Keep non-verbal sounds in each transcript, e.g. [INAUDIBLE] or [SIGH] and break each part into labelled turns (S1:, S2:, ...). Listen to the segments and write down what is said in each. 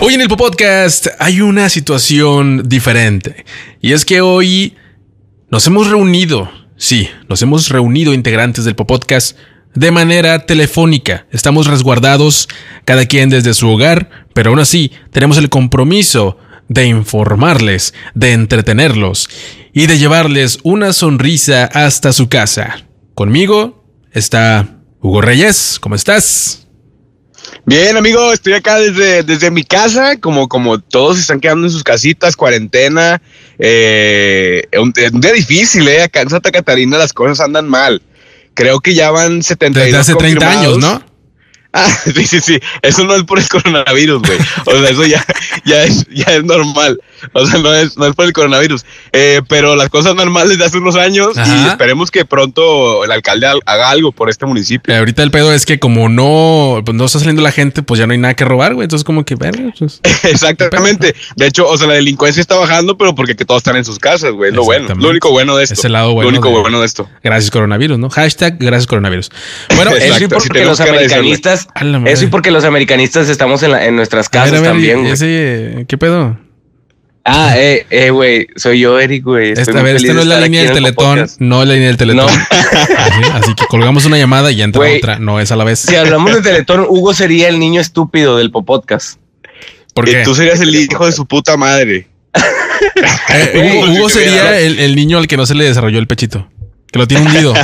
S1: Hoy en el podcast hay una situación diferente. Y es que hoy nos hemos reunido. Sí, nos hemos reunido integrantes del podcast de manera telefónica. Estamos resguardados, cada quien desde su hogar, pero aún así tenemos el compromiso de informarles, de entretenerlos y de llevarles una sonrisa hasta su casa. Conmigo está Hugo Reyes. ¿Cómo estás?
S2: Bien, amigo, estoy acá desde, desde mi casa, como, como todos están quedando en sus casitas, cuarentena. Eh, un, un día difícil, ¿eh? Acá en Santa Catarina las cosas andan mal. Creo que ya van 72
S1: Desde hace 30 años, ¿no?
S2: [LAUGHS] Ah, sí, sí, sí. Eso no es por el coronavirus, güey. O sea, eso ya, ya, es, ya es normal. O sea, no es, no es por el coronavirus. Eh, pero las cosas andan mal desde hace unos años
S1: Ajá.
S2: y esperemos que pronto el alcalde al- haga algo por este municipio.
S1: Eh, Ahorita el pedo es que como no, pues, no está saliendo la gente, pues ya no hay nada que robar, güey. Entonces como que, verga, pues,
S2: [LAUGHS] Exactamente. De hecho, o sea, la delincuencia está bajando, pero porque que todos están en sus casas, güey. Lo bueno,
S1: Exactamente.
S2: lo único bueno de esto.
S1: Es el lado bueno
S2: Lo único
S1: de-
S2: bueno de esto.
S1: gracias coronavirus, ¿no? Hashtag gracias coronavirus.
S3: [LAUGHS]
S1: Bueno,
S2: Exacto,
S1: es
S3: Eso y
S2: sí
S3: porque
S2: tenemos
S3: los
S2: que agradecerle.
S3: americanistas,
S1: A la madre.
S3: eso y porque los americanistas estamos en, la- en nuestras casas
S1: A ver, a ver,
S3: también.
S1: y-
S3: güey.
S1: ese, eh, ¿Qué pedo?
S3: Ah, eh, eh, güey, soy yo, Eric, güey. Estoy
S1: Esta, Este, a
S3: muy
S1: ver,
S3: feliz
S1: esta no
S3: de
S1: es la
S3: estar
S1: línea
S3: aquí
S1: del
S3: en el
S1: teletón,
S3: podcast.
S1: no es la línea del teletón.
S3: No.
S1: [LAUGHS] Así, así que colgamos una llamada y ya entra
S3: Güey.
S1: otra, no es a la vez.
S3: Si hablamos de teletón, Hugo sería el niño estúpido del podcast.
S1: ¿Por
S2: Y
S1: qué?
S2: tú serías el hijo de su puta madre. [LAUGHS]
S1: Eh, Hugo,
S2: Güey,
S1: Hugo
S2: si te
S1: sería
S2: hubiera-
S1: el, el niño al que no se le desarrolló el pechito, que lo tiene
S3: [LAUGHS]
S1: hundido.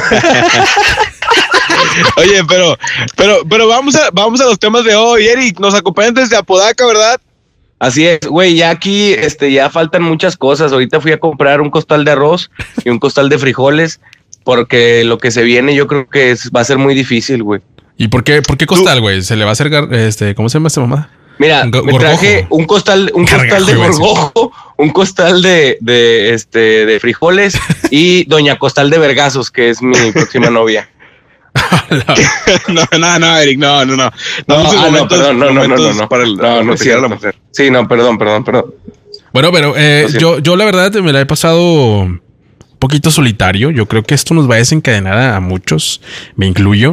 S2: Oye, pero, pero, pero vamos a, vamos a los temas de hoy, Eric. Nos acompañan desde Apodaca, ¿verdad? [LAUGHS]
S3: Así es, güey, ya aquí este, ya faltan muchas cosas. Ahorita fui a comprar un costal de arroz y un costal de frijoles, porque lo que se viene yo creo que es- va a ser muy difícil, güey.
S1: ¿Y por qué, por qué costal, güey? Se le va a hacer, gar- este, ¿cómo se llama esta mamada? [LAUGHS]
S3: Mira,
S1: Go-
S3: me traje
S1: gorgojo.
S3: un costal, un
S1: Gargajo,
S3: costal de
S1: iba a decir.
S3: gorgojo, un costal de, de, este
S1: [LAUGHS]
S3: de frijoles y doña costal de vergazos, que es mi próxima novia.
S2: No, no, no, Eric, no, no, no.
S3: No,
S2: uses
S3: ah, no, perdón, no, no, no,
S2: momentos
S3: no, no.
S2: Para el-
S3: No, no es
S2: proteger a la
S3: cierto.
S2: mujer.
S3: Sí, no, perdón, perdón, perdón.
S1: Bueno, pero eh,
S3: Lo siento.
S1: yo, yo la verdad me la he pasado un poquito solitario. Yo creo que esto nos va a desencadenar a, a muchos, me incluyo,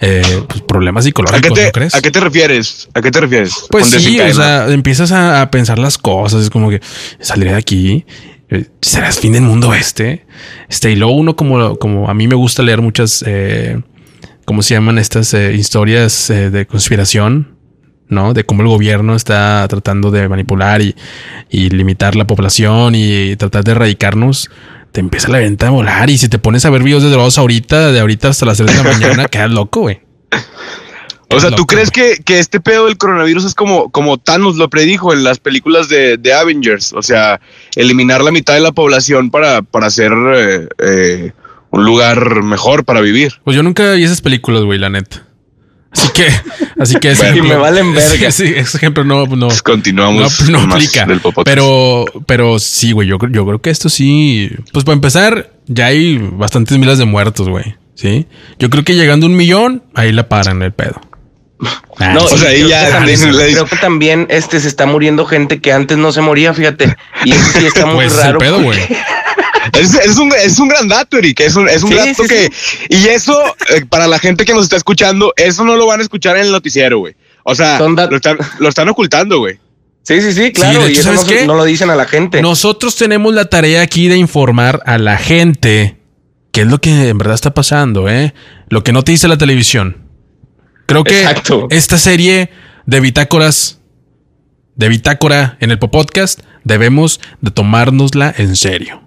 S1: eh, pues, problemas
S2: ¿A qué,
S1: psicológicos, ¿no
S2: te,
S1: crees?
S2: ¿A qué te refieres? ¿A qué te refieres?
S1: pues
S2: Con
S1: sí, o
S2: desencadenar.
S1: sea, empiezas a, a pensar las cosas, es como que saldré de aquí, eh, serás fin del mundo este, este, y luego uno como, como a mí me gusta leer muchas, eh, ¿cómo se llaman estas eh, historias eh, de conspiración? ¿no? De cómo el gobierno está tratando de manipular y, y limitar la población y tratar de erradicarnos, te empieza la venta a volar. Y si te pones a ver videos de drogas ahorita, de ahorita hasta las 3 de la mañana, quedas loco, güey.
S2: O sea,
S1: Loco,
S2: ¿tú crees que, que este pedo del coronavirus es como, como Thanos lo predijo en las películas de, de Avengers? O sea, eliminar la mitad de la población para, para hacer eh, eh, un lugar mejor para vivir.
S1: Pues yo nunca vi esas películas, güey, la neta. Así que, así que ese
S2: Bueno,
S1: ejemplo-
S3: me valen
S1: [LAUGHS]
S3: verga.
S1: Sí, sí, ese ejemplo no, no,
S2: Pues [LAUGHS] continuamos.
S1: no, no
S2: con más
S1: aplica.
S2: del Popotec.
S1: Pero, pero sí, güey, yo, creo- yo creo que esto sí. Pues para empezar, ya hay bastantes miles de muertos, güey. Sí. Yo creo que llegando a un millón, ahí la paran el pedo. Ah,
S3: No,
S2: o sea,
S3: y
S2: ahí
S3: creo
S2: ya
S3: que también-
S2: le- le-
S3: creo que también este se está muriendo gente que antes no se moría, fíjate. Y eso sí está muy
S1: pues es el
S3: raro.
S1: pedo, güey.
S2: Es, es un, es un gran dato, Eric. Es un, es un
S3: Sí,
S2: dato
S3: sí,
S2: que. Y eso, eh, para la gente que nos está escuchando, eso no lo van a escuchar en el noticiero, güey. O sea,
S3: Son dat-
S2: lo están, lo están ocultando, güey.
S3: Sí, sí, sí, claro.
S1: de hecho,
S3: y eso no,
S1: ¿sabes
S3: se-
S1: qué?
S3: no lo dicen a la gente.
S1: Nosotros tenemos la tarea aquí de informar a la gente qué es lo que en verdad está pasando, ¿eh? Lo que no te dice la televisión. Creo que
S3: Exacto.
S1: esta serie de bitácoras, de bitácora en el podcast, debemos de tomárnosla en serio.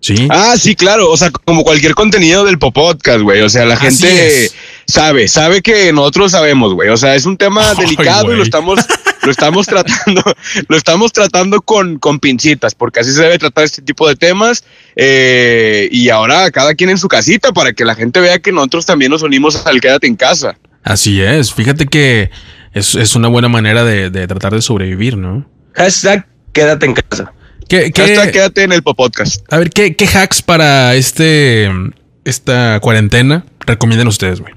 S1: ¿Sí?
S2: Ah, sí, claro. O sea, como cualquier contenido del Popodcast, güey. O sea, la
S1: Así
S2: gente
S1: es.
S2: sabe, sabe que nosotros sabemos, güey. O sea, es un tema
S1: Ay,
S2: delicado y
S1: güey.
S2: lo estamos, lo estamos tratando, [LAUGHS] lo estamos tratando con, con pincitas, porque así se debe tratar este tipo de temas. Eh, y ahora cada quien en su casita para que la gente vea que nosotros también nos unimos al quédate en casa.
S1: Así es. Fíjate que es, es una buena manera de, de tratar de sobrevivir, ¿no?
S3: Hashtag quédate en casa.
S1: ¿Qué, qué-
S2: Hashtag quédate en el Popodcast.
S1: a ver, ¿qué, qué hacks para este esta cuarentena recomiendan ustedes, güey?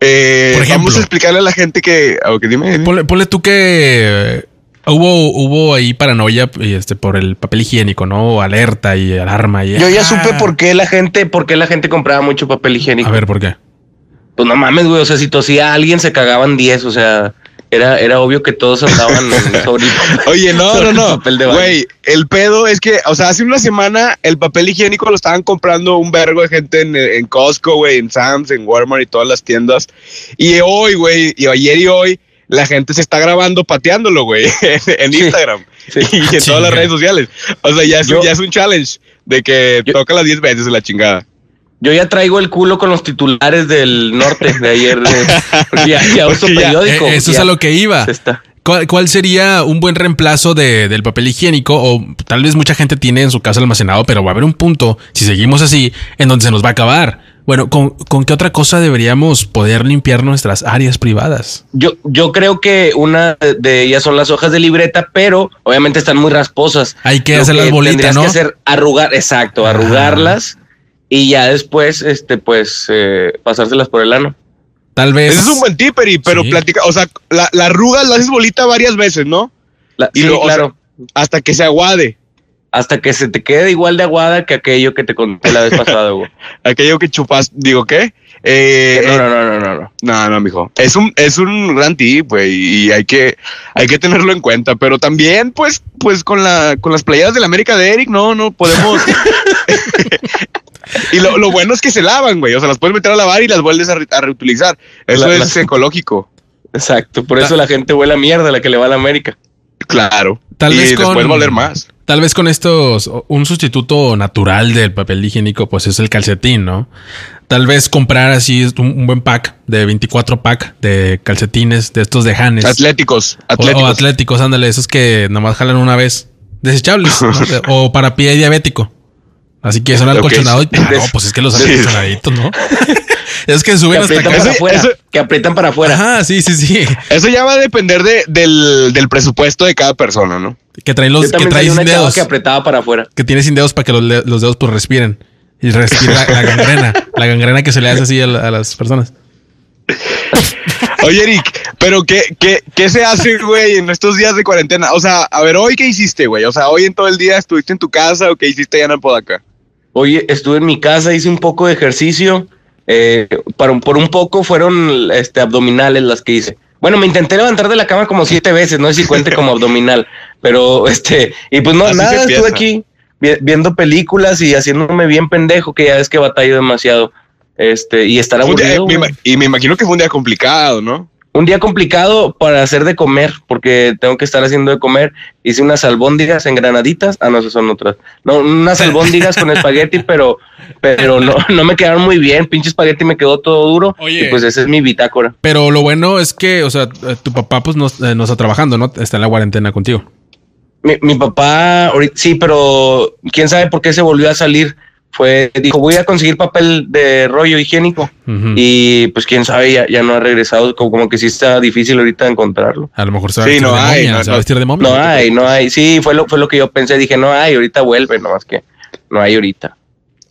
S2: Eh,
S1: Por ejemplo.
S2: vamos a explicarle a la gente que. ah, ok, dime, dime.
S1: Ponle, ponle tú que eh, hubo, hubo ahí paranoia y, este, por el papel higiénico, ¿no? Alerta y alarma. Y,
S3: Yo ya
S1: Ah,
S3: supe por qué la gente, por qué la gente compraba mucho papel higiénico.
S1: A ver, ¿por qué?
S3: Pues no mames, güey. O sea, si tosía a alguien, se cagaban 10. O sea, Era, era obvio que todos andaban
S1: [LAUGHS]
S3: sobre
S2: Oye, no,
S3: sobre
S2: no,
S3: el
S2: no.
S3: papel de baño.
S2: Güey, el pedo es que, o sea, hace una semana el papel higiénico lo estaban comprando un vergo de gente en, en Costco, güey, en Sam's, en Walmart y todas las tiendas. Y hoy, güey, y ayer y hoy, la gente se está grabando pateándolo, güey, [LAUGHS] en, en
S3: Sí,
S2: Instagram
S3: sí.
S2: [LAUGHS] y en todas
S1: Chinga.
S2: las redes sociales. O sea, ya es,
S3: Yo-
S2: ya es un challenge de que
S3: Yo-
S2: toca las 10 veces la chingada.
S3: Yo ya traigo el culo con los titulares del norte de ayer. de- porque ya, ya uso
S2: Porque ya-
S3: periódico.
S1: Eh, eso es
S3: ya
S1: a lo que iba.
S3: se está.
S1: ¿Cuál, cuál sería un buen reemplazo de- del papel higiénico? O tal vez mucha gente tiene en su casa almacenado, pero va a haber un punto, si seguimos así, en donde se nos va a acabar. Bueno, ¿con, con qué otra cosa deberíamos poder limpiar nuestras áreas privadas?
S3: Yo, yo creo que una de ellas son las hojas de libreta, pero obviamente están muy rasposas.
S1: Hay que
S3: Lo
S1: hacer las bolitas,
S3: tendrías
S1: ¿no?
S3: que hacer arrugar, exacto,
S1: Ah.
S3: arrugarlas y ya después, este, pues, eh, pasárselas por el ano.
S1: Tal vez.
S2: Ese es un buen tip, Eri, pero
S1: Sí.
S2: platica, o sea, la, la arruga la haces bolita varias veces, ¿no?
S3: La-
S2: Y
S3: sí,
S2: lo- o
S3: claro.
S2: Hasta que se aguade.
S3: hasta que se te quede igual de aguada que aquello que te conté la vez pasada, güey.
S2: Aquello que chupas, digo, ¿qué? Eh,
S3: no, no, no, no, no, no.
S2: No, no, mijo. Es un, es un gran tip, güey, y hay que, hay que tenerlo en cuenta. Pero también, pues, pues con la, con las playeras de la América de Eric, no, no podemos. [LAUGHS] y lo, lo bueno es que se lavan, güey. O sea, las puedes meter a lavar y las vuelves a, re- a reutilizar. Eso
S3: La-
S2: es
S3: las-
S2: ecológico.
S3: Exacto, por eso la gente huele a mierda, la que le va a la América.
S2: Claro.
S1: Tal
S2: y
S1: vez con-
S2: después valer más.
S1: Tal vez con estos, un sustituto natural del papel higiénico, pues es el calcetín, ¿no? Tal vez comprar así un, un buen pack de 24 pack de calcetines de estos de Hanes.
S2: Atléticos,
S1: O-
S2: atléticos.
S1: O, atléticos, ándale, esos que nomás jalan una vez. Desechables.
S3: [LAUGHS]
S1: ¿no? o para pie diabético. Así que son
S2: Ok.
S1: acolchonados. y- Ah,
S3: [LAUGHS]
S1: no,
S3: Des-
S1: pues es que los
S2: des-
S1: acolchonaditos, ¿no? [LAUGHS] es que
S3: Que
S1: suben hasta
S3: aprietan
S1: acá.
S3: para
S2: Eso-
S3: afuera,
S2: eso-
S3: que aprietan para afuera.
S1: Ajá, sí, sí, sí.
S2: Eso ya va a depender de, del, del presupuesto de cada persona, ¿no?
S1: Que traen
S3: Yo
S1: los, que
S3: también
S1: traen
S3: traía
S1: sin
S3: una chava
S1: dedos.
S3: que apretaba para afuera.
S1: que tiene sin dedos para que los, le- los dedos pues respiren. Y respira la, la gangrena. la gangrena que se le hace así a, la- a las personas.
S2: Oye, Eric, pero qué, qué, ¿qué se hace, güey, en estos días de cuarentena? O sea, a ver, ¿hoy qué hiciste, güey? O sea, ¿hoy en todo el día estuviste en tu casa o qué hiciste allá en Apodaca?
S3: Oye, estuve en mi casa, hice un poco de ejercicio. eh, para, un- por un poco fueron este, abdominales las que hice. Bueno, me intenté levantar de la cama como siete veces, no sé si cuente como abdominal, [LAUGHS] pero este, y pues no,
S2: Así se
S3: nada, estuve
S2: empieza.
S3: aquí vi- viendo películas y haciéndome bien pendejo, que ya es que batallo demasiado. Este, y estar
S2: Fue un día-
S3: aburrido.
S2: Pues, eh, me
S3: güey.
S2: ima- y me imagino que fue un día complicado, ¿no?
S3: Un día complicado para hacer de comer, porque tengo que estar haciendo de comer. Hice unas albóndigas en granaditas. Ah, no, esas son otras. No, unas albóndigas con espagueti, pero, pero no, no me quedaron muy bien. Pinche espagueti me quedó todo duro.
S1: Oye.
S3: Y pues esa es mi bitácora.
S1: Pero lo bueno es que, o sea, eh, tu papá pues no, eh, no está trabajando, ¿no? Está en la cuarentena contigo.
S3: Mi, mi papá, ahorita- sí, pero quién sabe por qué se volvió a salir. Fue, dijo, voy a conseguir papel de rollo higiénico.
S1: Ujú.
S3: Y pues quién sabe, ya, ya no ha regresado. Como, como que sí está difícil ahorita encontrarlo.
S1: A lo mejor se va a
S2: Sí,
S1: vestir
S2: no
S1: de
S2: hay,
S1: momia.
S2: no-
S1: se va a
S2: no-
S1: vestir de momia.
S3: No hay, no hay. Sí, fue lo, fue lo que yo pensé. Dije, no hay, ahorita vuelve, nomás que no hay ahorita.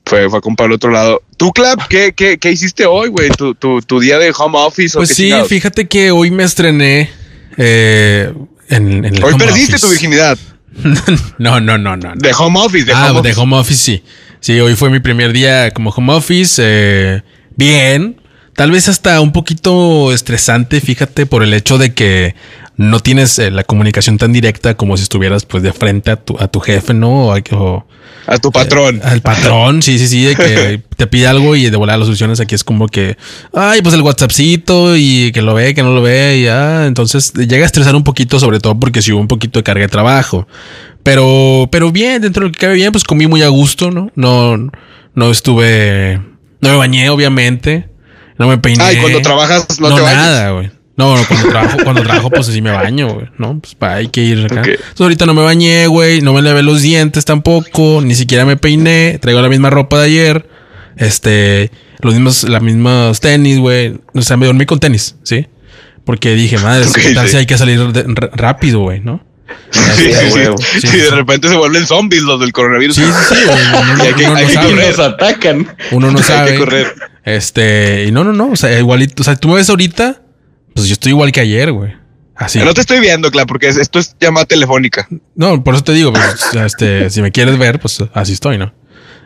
S2: Fue, fue a comprar otro lado. ¿Tú, Clap, qué, qué, qué hiciste hoy, güey? ¿Tu, tu, tu día de home office? o
S1: Pues
S2: qué
S1: sí,
S2: chingados?
S1: fíjate que hoy me estrené eh, en, en el
S2: Hoy
S1: home
S2: perdiste
S1: office.
S2: tu virginidad.
S1: [LAUGHS] no, no, no, no. no.
S2: De home office, de
S1: ah,
S2: home
S1: de
S2: office.
S1: home office, sí. Sí, hoy fue mi primer día como home office. eh, bien. Tal vez hasta un poquito estresante, fíjate, por el hecho de que no tienes eh, la comunicación tan directa como si estuvieras pues de frente a tu, a tu jefe, ¿no? O, a- o-
S2: A tu patrón.
S1: al patrón, sí, sí, sí, de que [LAUGHS] te pide algo y de volar las soluciones aquí es como que, ay, pues el WhatsAppcito y que lo ve, que no lo ve, y ya. Entonces llega a estresar un poquito, sobre todo porque si hubo un poquito de carga de trabajo. Pero, pero bien, dentro de lo que cabe bien, pues comí muy a gusto, ¿no? No, no estuve, no me bañé, obviamente. No me peiné.
S2: Ay, cuando trabajas no,
S1: No,
S2: te bañas.
S1: nada, güey. No, no, cuando trabajo, cuando trabajo, pues sí me baño, güey. No, pues pa, hay que ir acá.
S2: Ok.
S1: Entonces, ahorita no me bañé, güey. No me lavé los dientes tampoco. Ni siquiera me peiné. Traigo la misma ropa de ayer. Este, los mismos, las mismas tenis, güey. O sea, me dormí con tenis, ¿sí? Porque dije, madre,
S2: Ok,
S1: ¿qué tal
S2: sí.
S1: si hay que salir de- r- rápido, güey, ¿no?
S2: [LAUGHS] Sí, sí, sí.
S3: huevo.
S1: Sí,
S2: Sí,
S1: sí,
S2: de
S1: sí.
S2: repente se vuelven zombies los del coronavirus.
S1: Sí, sí, sí. güey. Uno,
S2: [LAUGHS] Y hay que-
S1: uno
S2: hay
S1: no
S2: que
S1: sabe.
S2: correr.
S3: Nos atacan.
S1: Uno no sabe.
S2: [LAUGHS] Hay que correr.
S1: Este, y no, no, no. O sea, igualito. O sea, tú me ves ahorita, pues yo estoy igual que ayer, güey. Así.
S2: No te estoy viendo, Clap, porque es- esto es llamada telefónica.
S1: No, por eso te digo, pues, este, si me quieres ver, pues así estoy, ¿no?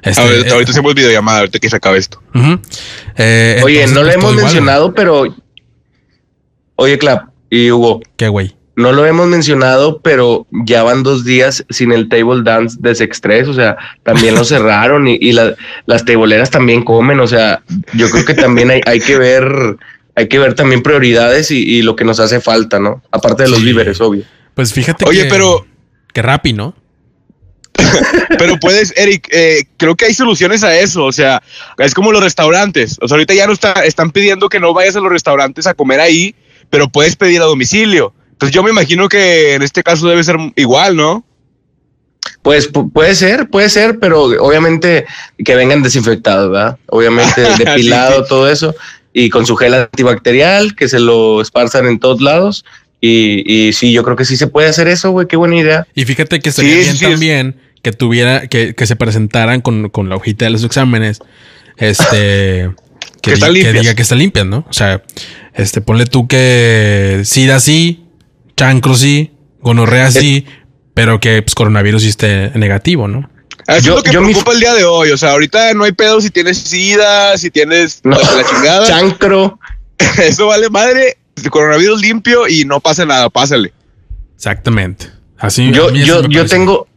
S1: Este,
S2: A ver,
S1: eh,
S2: ahorita hacemos videollamada, ahorita que se acabe esto.
S1: ujú. Eh,
S3: Oye,
S1: entonces, pues, todo
S3: no lo hemos
S1: igual,
S3: mencionado, pero. Oye, Clap, Y Hugo,
S1: ¿Qué, güey?
S3: no lo hemos mencionado, pero ya van dos días sin el table dance de Sextrés, o sea,
S1: [LAUGHS]
S3: también lo cerraron y, y la- las teboleras también comen, o sea, yo creo que también hay, hay que ver, hay que ver también prioridades y, y lo que nos hace falta, ¿no? Aparte de los
S1: Sí.
S3: víveres, obvio.
S1: Pues fíjate
S2: Oye,
S1: que-
S2: pero-
S1: Que Rappi, ¿no?
S2: Pero puedes, Eric, eh, creo que hay soluciones a eso. O sea, es como los restaurantes. O sea, ahorita ya no está- están pidiendo que no vayas a los restaurantes a comer ahí, pero puedes pedir a domicilio. Entonces yo me imagino que en este caso debe ser igual, ¿no?
S3: Pues pu- puede ser, puede ser, pero obviamente que vengan desinfectados, ¿verdad? Obviamente depilado, todo eso, y con su gel antibacterial, que se lo esparzan en todos lados. Y, y sí, yo creo que sí se puede hacer eso, güey, qué buena idea.
S1: Y fíjate que estaría
S2: Sí,
S1: bien
S2: sí, es-
S1: también que tuviera, que, que se presentaran con, con la hojita de los exámenes. Este.
S2: [COUGHS] Que están
S1: di- que
S2: limpias.
S1: diga que está limpia, ¿no? O sea, este, ponle tú que SIDA sí, chancro sí, gonorrea sí,
S2: Eh.
S1: pero que pues, coronavirus sí esté negativo, ¿no?
S2: Eso es
S3: Yo-
S2: lo que
S3: yo me-
S2: preocupa el día de hoy. O sea, ahorita no hay pedo si tienes sida, si tienes
S3: No.
S2: la chingada.
S3: Chancro,
S2: [LAUGHS] Eso vale madre. Coronavirus limpio y no pasa nada, pásale.
S1: Exactamente. Así a
S3: yo,
S1: mí eso
S3: yo,
S1: me
S3: yo
S1: parece.
S3: tengo,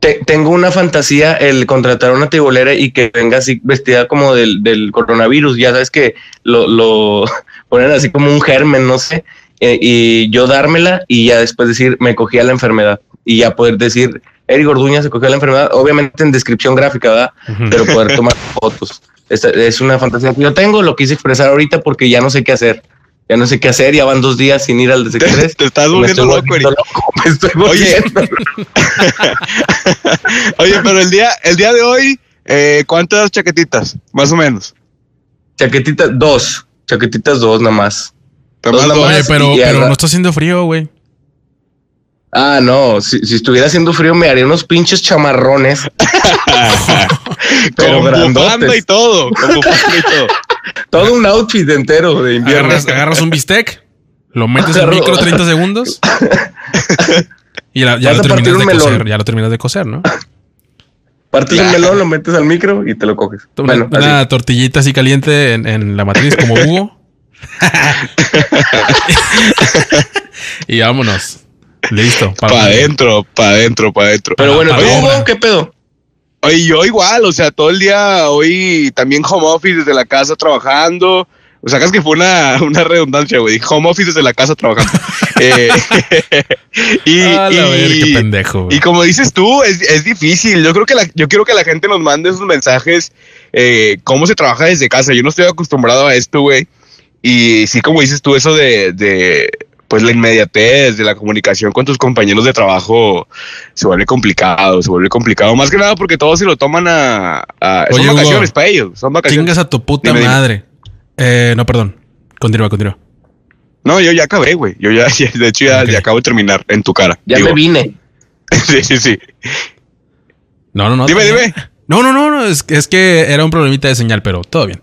S3: te- tengo una fantasía el contratar a una tibolera y que venga así vestida como del, del coronavirus. Ya sabes que lo, lo [LAUGHS] ponen así como un germen, no sé. eh, y yo dármela y ya después decir me cogía la enfermedad y ya poder decir Eric Orduña se cogió la enfermedad, obviamente en descripción gráfica, ¿verdad?
S1: Ujú.
S3: Pero
S1: [LAUGHS]
S3: poder tomar fotos. Esta es una fantasía que yo tengo, lo quise expresar ahorita porque ya no sé qué hacer. Ya no sé qué hacer, ya van dos días sin ir al
S2: Te, [LAUGHS]
S3: desexprés.
S2: te estás
S3: Me
S2: volviendo
S3: estoy
S2: loco, Eric.
S3: volviendo loco, [LAUGHS] me estoy
S2: Oye.
S3: volviendo.
S2: Oye, pero el día, el día de hoy, eh, ¿cuántas chaquetitas? Más o menos.
S3: Chaquetitas dos. Chaquetitas dos nada más.
S2: Nomás
S3: Dos,
S2: dos.
S1: Oye, Eh, pero,
S3: y ya
S1: pero
S3: ra-
S1: no está haciendo frío, güey.
S3: Ah, no. Si, si estuviera haciendo frío, me haría unos pinches chamarrones. pero
S2: con bufanda y
S3: grandotes.
S2: todo. Con bufanda y todo.
S3: Todo un outfit entero de invierno.
S1: Agarras, agarras un bistec, lo metes al
S3: Agarro-
S1: micro 30 segundos y la- ya,
S3: Vas
S1: lo
S3: a
S1: terminas
S3: partir un
S1: de
S3: melón.
S1: cocer, ya lo terminas de cocer, ¿no?
S3: Partes un melón, lo metes al micro y te lo coges.
S1: Una,
S3: Bueno, así.
S1: una tortillita así caliente en, en la matriz como Hugo. y vámonos. Listo.
S2: Pa' adentro, pa' adentro, pa' adentro.
S3: Pero bueno,
S1: para
S3: ¿tú,
S1: obra.
S3: Hugo, ¿qué pedo?
S2: Oye, yo igual, o sea, todo el día hoy también home office desde la casa trabajando. O sea, casi que fue una, una redundancia, güey. Home office desde la casa trabajando. Eh, [LAUGHS] y,
S1: Y, a la ver,
S2: y-
S1: qué pendejo. güey.
S2: Y como dices tú, es, es difícil. Yo creo que la, yo quiero que la gente nos mande sus mensajes, eh, cómo se trabaja desde casa. Yo no estoy acostumbrado a esto, güey. Y sí, como dices tú, eso de, de, pues la inmediatez, de la comunicación con tus compañeros de trabajo, se vuelve complicado, se vuelve complicado. Más que nada porque todos se lo toman a... a-
S1: Oye,
S2: son
S1: Hugo,
S2: vacaciones para ellos, son vacaciones.
S1: Chingas a tu puta
S2: Dime, dime.
S1: madre. Eh, no, perdón. Continúa, continúa.
S2: No, yo ya acabé, güey. Yo ya, [LAUGHS] ya- de hecho, ya,
S1: Ok.
S2: ya acabo de terminar en tu cara.
S3: Ya
S2: Digo,
S3: me vine.
S2: [LAUGHS] sí, sí, sí.
S1: No, no, no.
S2: Dime,
S1: también.
S2: dime.
S1: No, no, no. no, Es, es que era un problemita de señal, pero todo bien.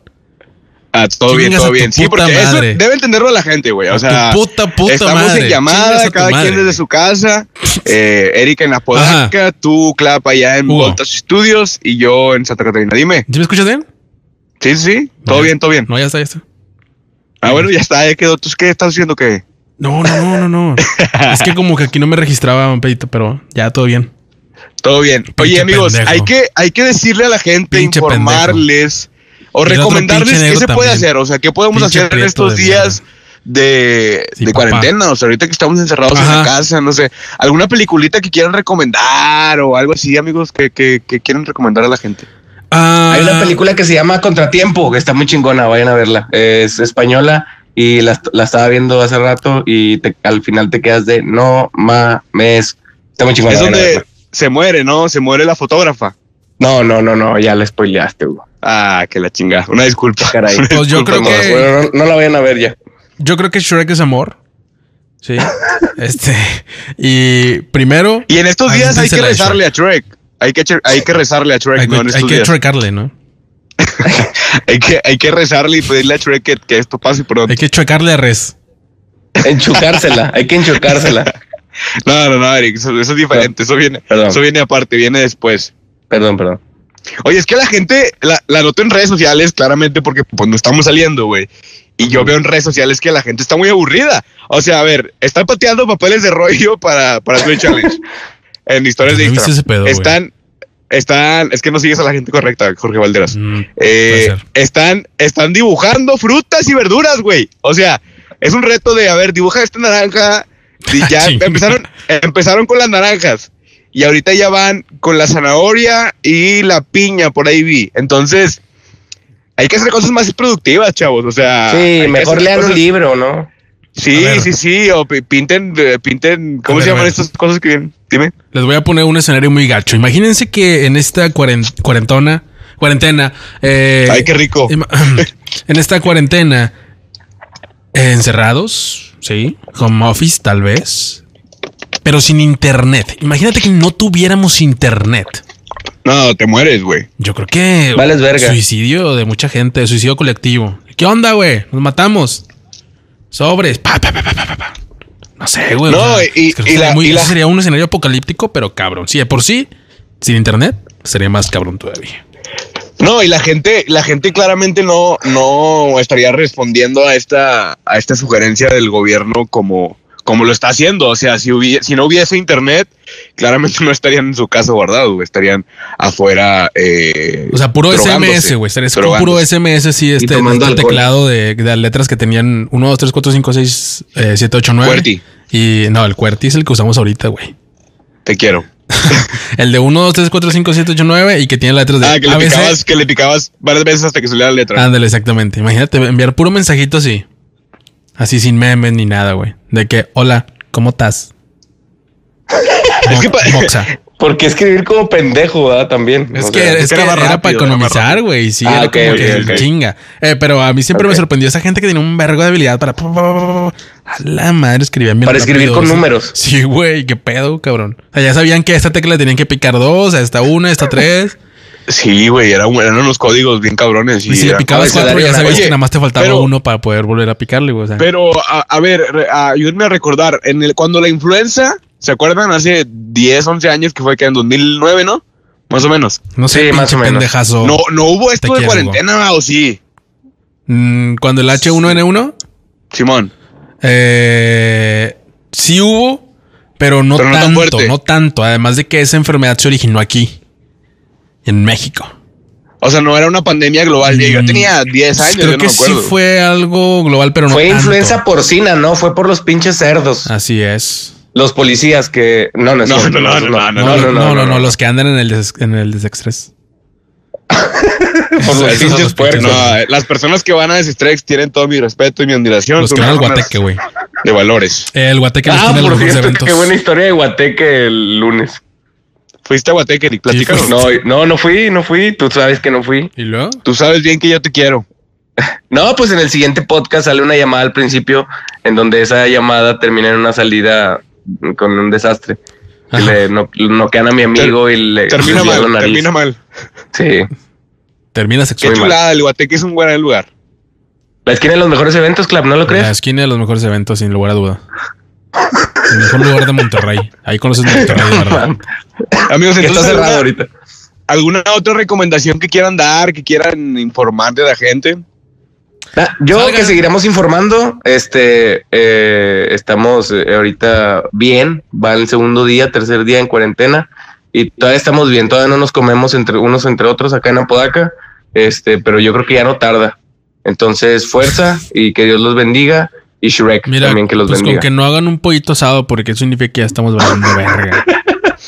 S2: Ah, todo bien,
S1: Chingas a
S2: todo
S1: tu
S2: bien. Sí,
S1: puta
S2: porque eso
S1: madre.
S2: debe entenderlo la gente, güey. O sea,
S1: tu puta, puta
S2: estamos
S1: madre.
S2: en
S1: Chingas a
S2: llamada,
S1: tu
S2: cada
S1: madre,
S2: quien desde
S1: güey.
S2: su casa. Eh, Erika en Apodaca, tú, Clapa, allá en
S1: Hugo.
S2: Voltas Studios y yo en Santa Catarina. Dime.
S1: ¿Sí me escuchas bien?
S2: Sí, sí, todo
S1: Vale.
S2: bien, todo bien.
S1: No, ya está, ya está.
S2: Ah, bueno, ya está, ya quedó. ¿Tú qué estás haciendo? ¿Qué?
S1: No, no, no, no,
S2: [LAUGHS]
S1: no. es que como que aquí no me registraba un pedito, pero ya todo bien.
S2: Todo bien.
S1: Pinche
S2: Oye, amigos,
S1: pendejo.
S2: hay que, hay que decirle a la gente,
S1: Pinche
S2: informarles o
S1: Y el otro
S2: recomendarles
S1: pinche
S2: qué
S1: negro
S2: se puede
S1: también.
S2: hacer. O sea, qué podemos
S1: Pinche
S2: hacer en
S1: prieto
S2: estos
S1: de
S2: días de,
S1: Sí,
S2: de
S1: papá.
S2: cuarentena. O sea, ahorita que estamos encerrados en
S1: Ajá.
S2: la casa, no sé. ¿Alguna peliculita que quieran recomendar o algo así, amigos, que, que, que quieran recomendar a la gente?
S1: Ah,
S3: Hay una película que se llama Contratiempo, que está muy chingona, vayan a verla. Es española y la, la estaba viendo hace rato y te- al final te quedas de no mames. Está muy chingona.
S2: es
S3: vayan a
S2: donde
S3: verla.
S2: se muere, ¿no? Se muere la fotógrafa.
S3: No, no, no, no, ya la spoileaste, Hugo.
S2: Ah, que la chingada. Una disculpa.
S3: Caray.
S1: Pues [LAUGHS] yo creo
S2: Disculpa,
S1: que-
S3: Bueno, no, no la vayan a ver ya.
S1: Yo creo que Shrek es amor. Sí. [LAUGHS] este. Y primero.
S2: Y en estos
S1: Ay,
S2: días hay que
S1: dísela,
S2: rezarle a Shrek. Hay que, che- hay que rezarle a Shrek,
S1: Hay,
S2: ¿no? En
S1: que- hay
S2: estos
S1: que
S2: días.
S1: chuecarle, ¿no?
S2: Hay, que, hay que rezarle y pedirle a Shrek que, que esto pase pronto.
S1: Hay que chuecarle a Res.
S3: Enchucársela, hay que enchucársela.
S2: No, no, no, Eric, eso, eso es diferente. Eso viene,
S3: Perdón,
S2: eso viene aparte, viene después.
S3: perdón, perdón.
S2: Oye, es que la gente la, la noto en redes sociales, claramente, porque pues no estamos saliendo, güey. Y yo veo en redes sociales que la gente está muy aburrida. O sea, a ver, están pateando papeles de rollo para, para Twitch
S1: [LAUGHS]
S2: Challenge. en historias de
S1: No viste
S2: Instagram.
S1: ese pedo, güey.
S2: están, están, es que no sigues a la gente correcta, Jorge Valderas.
S1: Mm, puede
S2: Eh,
S1: ser.
S2: están, están dibujando frutas y verduras, güey. O sea, es un reto de, a ver, dibuja esta naranja.
S1: [LAUGHS]
S2: Y ya
S1: Chinga.
S2: empezaron, empezaron con las naranjas. Y ahorita ya van con la zanahoria y la piña, por ahí vi. Entonces, hay que hacer cosas más productivas, chavos. O sea, hay
S3: Sí,
S2: que
S3: mejor
S2: hacer
S3: lean
S2: cosas-
S3: un libro, ¿no?
S2: Sí,
S1: A ver.
S2: sí, sí. O pi- pinten, eh, pinten, ¿cómo
S1: A
S2: se
S1: ver, a
S2: llaman
S1: ver.
S2: estas cosas que vienen? Dime.
S1: Les voy a poner un escenario muy gacho. Imagínense que en esta cuaren- cuarentona, cuarentena, eh,
S2: Ay, qué rico.
S1: Ima- [CLEARS THROAT] En esta cuarentena, eh, encerrados, sí, home office tal vez, pero sin internet. Imagínate que no tuviéramos internet.
S2: No, te mueres, güey.
S1: Yo creo que
S3: Vales verga.
S1: suicidio de mucha gente, suicidio colectivo. ¿Qué onda, güey? Nos matamos. Sobres. Pa, pa, pa, pa, pa, pa, pa. No sé, güey.
S2: No, y-
S1: es que
S2: y
S1: sería
S2: la-
S1: muy-
S2: y la-
S1: ese sería un escenario apocalíptico, pero cabrón. Sí, de por sí, sin internet, sería más cabrón todavía.
S2: No, y la gente, la gente claramente no, no estaría respondiendo a esta, a esta sugerencia del gobierno como, como lo está haciendo. O sea, si, hubie- si no hubiese internet, claramente no estarían en su casa guardados, güey, estarían afuera. eh,
S1: O sea, puro
S2: drogándose,
S1: SMS, güey. Estarías con puro
S2: drogándose.
S1: SMS, sí, este,
S3: tomando
S1: este
S3: alcohol.
S1: teclado de, de las letras que tenían 1, 2, 3, 4, 5, 6, 7, 8, 9.
S2: Qwerty.
S1: Y no, el QWERTY es el que usamos ahorita, güey.
S2: Te quiero.
S1: El de 1, 2, 3, 4, 5, 7, 8, 9 y que tiene letras de
S2: Ah, que le
S1: ABC.
S2: picabas, que le picabas varias veces hasta que se la letra.
S1: Ándale, exactamente. Imagínate enviar puro mensajito así. Así sin memes ni nada, güey. De que, hola, ¿cómo estás?
S2: Es que pa-
S1: Moxa.
S3: Porque escribir como pendejo, ¿verdad? También.
S1: Es
S3: o
S1: que,
S3: sea,
S1: es
S2: es que
S1: que
S2: era
S1: era,
S2: más
S1: para
S2: rápido, era más
S1: economizar,
S2: rápido.
S1: güey. Sí,
S3: Ah,
S1: era
S3: ok,
S1: como
S3: ok,
S1: que
S2: ok.
S1: chinga. Eh, pero a mí siempre
S3: Ok.
S1: me sorprendió esa gente que tenía un vergo de habilidad para. A la madre escribían bien
S3: Para escribir
S1: rápido,
S3: con
S1: sí.
S3: números.
S1: Sí, güey, qué pedo, cabrón. O sea, ya sabían que a esta tecla le tenían que picar dos, a esta una, a esta
S3: [LAUGHS]
S1: tres.
S2: Sí, güey, era un- eran unos códigos bien cabrones.
S1: Y, si le
S2: era-
S1: picabas
S3: abecedario,
S1: cuatro, ya
S3: una-
S1: sabías
S2: Oye,
S1: que nada más te faltaba
S2: pero-
S1: uno para poder volver a picarle, güey. O sea,
S2: Pero, a, a ver, re- a- ayúdenme a recordar, en el, cuando la influenza, ¿se acuerdan? Hace 10, 11 años que fue que en 2009, ¿no? Más o menos.
S1: no sé,
S3: Sí, más
S1: pinche
S3: o menos.
S1: pendejazo.
S2: No, no hubo esto
S1: Oh, Te
S2: de
S1: quiero,
S2: cuarentena, ¿o sí?
S1: Mm, cuando el H1N1,
S2: Simón.
S1: eh, sí hubo, pero no,
S2: Pero no tan
S1: tanto,
S2: fuerte.
S1: no tanto. Además de que esa enfermedad se originó aquí, en México.
S2: O sea, no era una pandemia global. Yo
S1: Mm,
S2: tenía 10 años,
S1: Creo
S2: yo no
S1: que
S2: me acuerdo.
S1: sí fue algo global, pero no
S3: fue
S1: tanto. Ah.
S3: influenza porcina, ¿no? Fue por los pinches cerdos.
S1: Así es.
S3: Los policías que. No, no es
S2: No,
S3: cierto,
S2: no, no, no,
S1: No, no, no, no, los que andan en el, des- en el desestrés.
S3: Por los
S1: Esos son
S3: pinches
S1: los
S3: puercos.
S2: No,
S1: pinches-
S2: eh, las personas que van a Desestrex tienen todo mi respeto y mi admiración.
S1: Los
S2: Son
S1: que van al
S2: personas
S1: guateque, güey. Eh,
S2: De valores.
S1: El guateque les
S3: Ah,
S1: pone
S3: por
S1: los mejores
S3: cierto, qué buena
S1: eventos.
S3: historia de Guateque el lunes.
S2: Fuiste a Guateque, Eric, platícanos.
S1: Sí, fui.
S2: No,
S3: No, no, no fui, no fui. Tú sabes que no fui.
S1: ¿Y luego?
S2: tú sabes bien que yo te quiero.
S3: No, pues en el siguiente podcast sale una llamada al principio en donde esa llamada termina en una salida con un desastre. Que
S1: Ajá.
S3: le no, noquean a mi amigo y le
S2: Termina
S3: le
S2: mal,
S3: la nariz.
S2: termina mal.
S3: Sí.
S1: Termina
S2: Qué
S1: sexual.
S3: Muy mal.
S2: chulada, el Guateque es un buen lugar.
S3: La esquina de los mejores eventos, Clap, ¿no
S1: En
S3: lo
S1: La
S3: [LAUGHS] crees?
S1: esquina de los mejores eventos, sin lugar a duda. El mejor lugar de Monterrey. Ahí conoces Monterrey, de
S3: [LAUGHS]
S1: verdad.
S2: Amigos,
S3: Está
S2: entonces
S3: cerrado
S2: alguna-
S3: ahorita.
S2: ¿Alguna otra recomendación que quieran dar, que quieran informar de la gente?
S3: Nah, Ah, yo
S1: Salgan.
S3: que seguiremos informando, este, eh, estamos eh, ahorita bien, va el segundo día, tercer día en cuarentena y todavía estamos bien, todavía no nos comemos entre unos entre otros acá en Apodaca, este, pero yo creo que ya no tarda. Entonces, fuerza y que Dios los bendiga y Shrek
S1: Mira,
S3: también que los
S1: pues con
S3: bendiga.
S1: que no hagan un pollito asado, porque eso significa que ya estamos valiendo verga.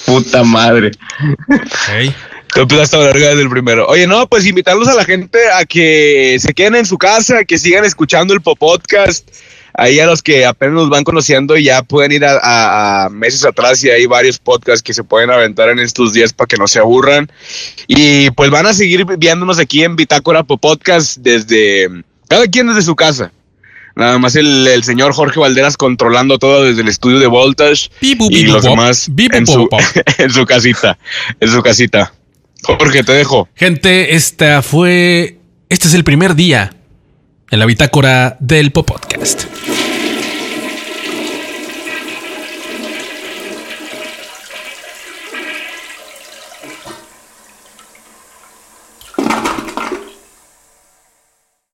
S3: Puta madre.
S2: [LAUGHS]
S1: Ok.
S2: Tú empezaste a hablar desde el primero. Oye, no, pues invitarlos a la gente a que se queden en su casa, que sigan escuchando el podcast. Ahí a los que apenas nos van conociendo y ya pueden ir a, a- a meses atrás y hay varios podcasts que se pueden aventar en estos días para que no se aburran. Y pues van a seguir viéndonos aquí en Bitácora Po Podcast desde cada quien desde su casa. Nada más el, el señor Jorge Valderas controlando todo desde el estudio de Voltage.
S1: Bibu,
S2: y
S1: bibu,
S2: los
S1: pop.
S2: demás
S1: Bibu,
S2: en
S1: pop,
S2: su,
S1: pop.
S2: [LAUGHS] en su casita, en su casita. Jorge, te dejo.
S1: Gente, esta fue. Este es el primer día en la bitácora del Popodcast.